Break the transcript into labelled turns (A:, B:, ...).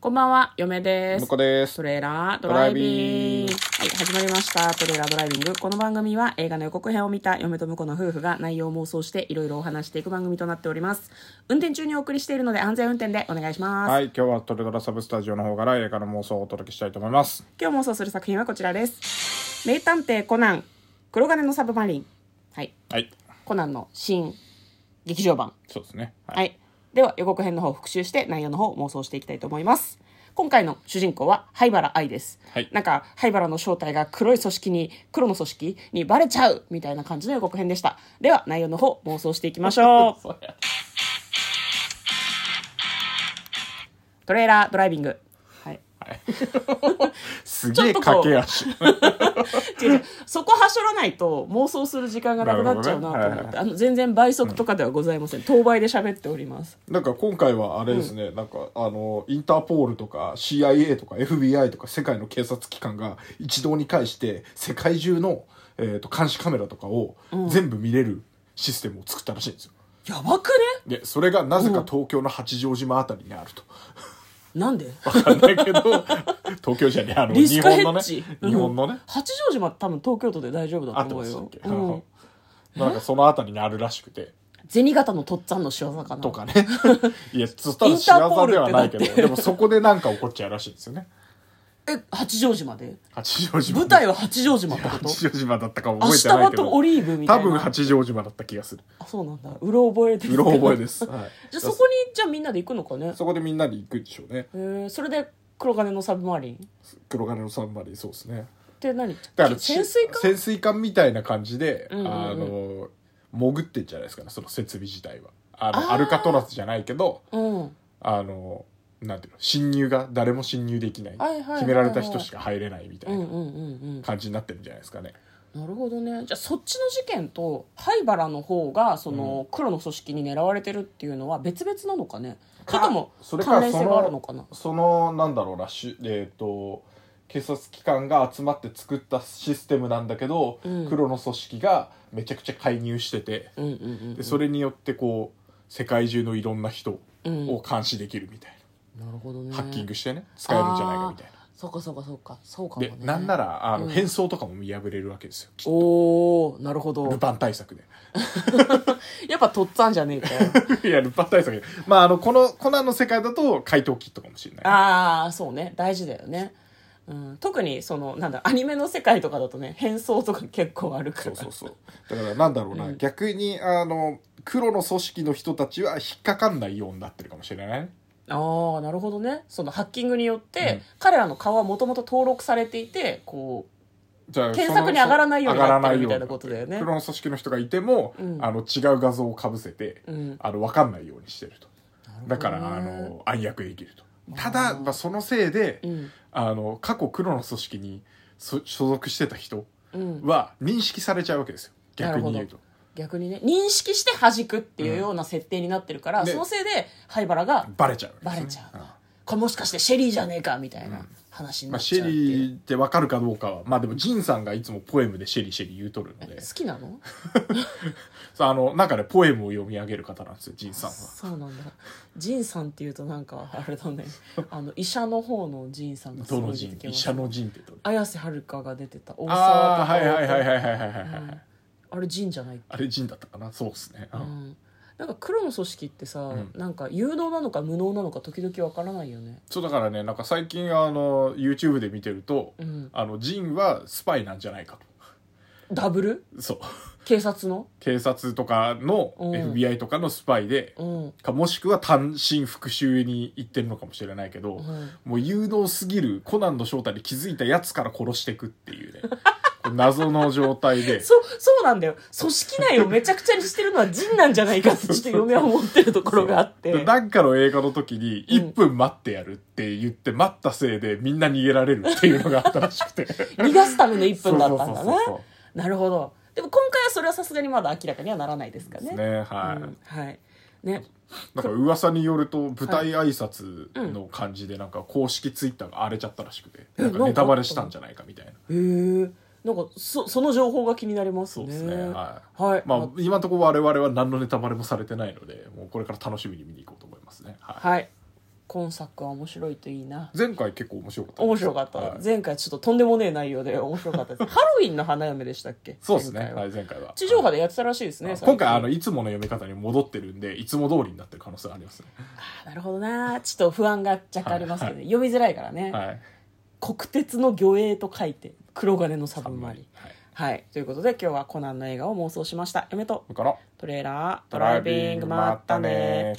A: こんばんは、嫁です
B: 向。こうです
A: ト。レーラードライビン
B: ドライビン
A: グ。
B: グ
A: はい、始まりました。トレーラードライビング。この番組は映画の予告編を見た嫁と婿の夫婦が内容を妄想していろいろお話していく番組となっております。運転中にお送りしているので安全運転でお願いします。
B: はい、今日はトレドラサブスタジオの方から映画の妄想をお届けしたいと思います。
A: 今日妄想する作品はこちらです。名探偵コナン、黒金のサブマリン。はい、
B: はい、
A: コナンの新劇場版。
B: そうですね。は。
A: はいい。では予告編の方を復習して内容の方を妄想していきたいと思います。今回の主人公は灰原愛です。
B: はい
A: なんか灰原の正体が黒い組織に、黒の組織にバレちゃうみたいな感じの予告編でした。では内容の方妄想していきましょう。
B: そうや
A: トレーラードライビング。はい。
B: はいすげえ駆け足。
A: 違う違うそこはしょらないと妄想する時間がなくなっちゃうなと思
B: な
A: っ
B: る
A: て、
B: ほどね
A: あの全然倍速とかではございません、当倍で喋っております
B: なんか今回はあれですね、なんかあの、インターポールとか CIA とか FBI とか世界の警察機関が一堂に会して世界中の、えー、と監視カメラとかを全部見れるシステムを作ったらしいんですよ。
A: やばく
B: で、それがなぜか東京の八丈島あたりにあると。
A: ねなんで
B: わかんない けど、東京じゃね、あの、
A: リス
B: 日
A: クヘ
B: 本のね、
A: ッジ
B: 日本のね、
A: 八丈島多分東京都で大丈夫だ
B: あ
A: と
B: って
A: 思
B: ま
A: う
B: した
A: よ
B: っけ、
A: うん
B: なんかそのあたりにあるらしくて、
A: 銭形のとっつぁんの仕業かな
B: とかね。 いや、そしたら仕業ではないけ
A: インターポールってだっ
B: ど、
A: て
B: でもそこでなんか起こっちゃうらしいんですよね。
A: え八丈島で
B: 八丈島。
A: 舞台は八丈島ってこと
B: 八丈島だったか
A: 明
B: 覚え
A: 日
B: てない
A: は
B: け
A: と
B: ど。
A: オリーブみた
B: 多
A: いな
B: 分八丈島だった気がする。
A: あそうなんだうろ覚えです
B: うろ覚 えです。はい。
A: じゃあそこにじゃあみんなで行くのかね
B: そこでみんなで行くんでしょうね。
A: えー、それで黒金のサブマリンっ
B: 黒金のサンマリン、そうですね。
A: て何
B: だから
A: 潜水艦
B: 潜水艦みたいな感じで、
A: んうんうん
B: あの潜ってんじゃないですかねその設備自体はあの
A: あー
B: アルカトラスじゃないけど
A: うん
B: あのなんていうの侵入が誰も侵入できない,、
A: はいはいはいはい
B: 決められた人しか入れないみた
A: う
B: い
A: んうん
B: な
A: うんうん
B: 感じになってるんじゃないですかね、
A: なるほどねじゃあそっちの事件と灰原の方がその黒の組織に狙われてるっていうのは別々なのかねそれとも
B: それか
A: 関連性があるのかな
B: そのなんだろうなしえっ、と警察機関が集まって作ったシステムなんだけど、
A: うん
B: 黒の組織がめちゃくちゃ介入してて
A: うんうんうん
B: でそれによってこう世界中のいろんな人
A: うん
B: を監視できるみたいな。
A: なるほどね
B: ハッキングしてね使えるんじゃないかみたいな
A: あーそうかそうかそうかそうかも
B: で
A: ね
B: なんならあの、
A: うん
B: 変装とかも見破れるわけですよきっ
A: おおなるほ
B: とル
A: ど
B: パン対策で
A: やっぱとっつぁんじゃねえ かよ
B: いやルパン対策でまああのこのコナンの世界だと怪盗キットかもしれない
A: ああそうね大事だよね、うん、特にそのなんだアニメの世界とかだとね変装とか結構あるか
B: そ
A: ら
B: うそうそうだからなんだろうな、逆にあの黒の組織の人たちは引っかかんないようになってるかもしれないね
A: ああなるほどねそのハッキングによって、
B: うん
A: 彼らの顔はもともと登録されていてこう
B: じゃあ
A: 検索に上がらないようになってるみたいな
B: 上がらなように
A: ことだよね
B: 黒の組織の人がいても、
A: うん
B: あの違う画像をかぶせて、
A: うん
B: あの分かんないようにしてるとだからあ
A: なるほどね
B: の暗躍できると
A: ー
B: ただ、まあ、そのせいで、
A: うん
B: あの過去黒の組織にそ所属してた人
A: うん、
B: は認識されちゃうわけですよ逆に言うと
A: 逆にね認識して弾くっていうような設定になってるから、
B: うんで
A: そのせいで灰原が
B: バレちゃうわけです
A: バ
B: ね、
A: レちゃう、
B: ん
A: これもしかしてシェリーじゃねえかみたいな話にな
B: まあ、
A: っ
B: シ
A: ちゃ
B: ェ
A: うっていう、
B: リーってわかるかどうかはまあでもジンさんがいつもポエムでシェリーシェリー言うとるので
A: 好きなの
B: そうあのなんかねポエムを読み上げる方なんですよジンさんは
A: そうなんだジンさんっていうとなんかあれだ ねあの医者の方のジンさんが
B: どの
A: 出
B: ジ
A: て
B: ン
A: きま
B: 医
A: した
B: 者のジンってどれ
A: 綾瀬はるかが出てた大沢
B: あ
A: と
B: あ
A: か
B: はいはいはいはいはいはいはい、
A: うんあれジンじゃないっけ
B: あれジンだったかなそうですね、う
A: うんんなんか黒の組織ってさ、
B: ん
A: なんか有能なのか無能なのか時々わからないよね
B: そうだからねなんか最近あの YouTube で見てると、
A: うん
B: あのジンはスパイなんじゃないか
A: ダブル
B: とそう
A: 警察の
B: 警察とかの
A: うん
B: FBI とかのスパイで、
A: うん、うん、
B: かもしくは単身復讐に行ってるのかもしれないけど、もう有能すぎるコナンの正体に気づいたやつから殺してくっていうねこう謎の状態で
A: そうそうなんだよ組織内をめちゃくちゃにしてるのはジンなんじゃないかってちょっと嫁は思ってるところがあ って
B: でなんかの映画の時に1分待ってやるって言って待ったせいでみんな逃げられるっていうのがあったらしくて
A: 逃がすための1分だったんだ
B: そ
A: ね
B: うそうそうそう
A: なるほどでも今回はそれはさすがにまだ明らかにはならないですか
B: で
A: ね
B: すねはい、
A: うんはいね
B: なんか噂によると舞台挨拶の感じでなんか公式ツイッターが荒れちゃったらしくて、
A: え
B: なん
A: な
B: か
A: んか
B: ネタバレしたんじゃないかみたいな
A: へえんかそその情報が気になります
B: そう
A: ね
B: ですねはい
A: はい、
B: まあ、今のところ我々は何のネタバレもされてないのでもうこれから楽しみに見に行こうと思いますね、はい
A: はい。今作は面白いといいな
B: 前回結構面白かったです
A: 面白かった、
B: はい
A: 前回ちょっととんでもねえ内容で面白かった ですハロウィンの花嫁でしたっけ
B: そうです
A: 前
B: ね
A: 回は
B: はい前回は
A: 地上波でやってたらしいですね、
B: はい
A: 最近
B: 今回あのいつもの読み方に戻ってるんでいつも通りになってる可能性ありますね
A: あなるほどなちょっと不安が若干ありますけどね、
B: は
A: 読みづらいからね、
B: はい
A: 国鉄の魚影と書いて黒金のサブ
B: あん
A: マ
B: ま
A: リン
B: りはい
A: はいということで今日はコナンの映画を妄想しました嫁と
B: だから
A: トレーラードライビングまったね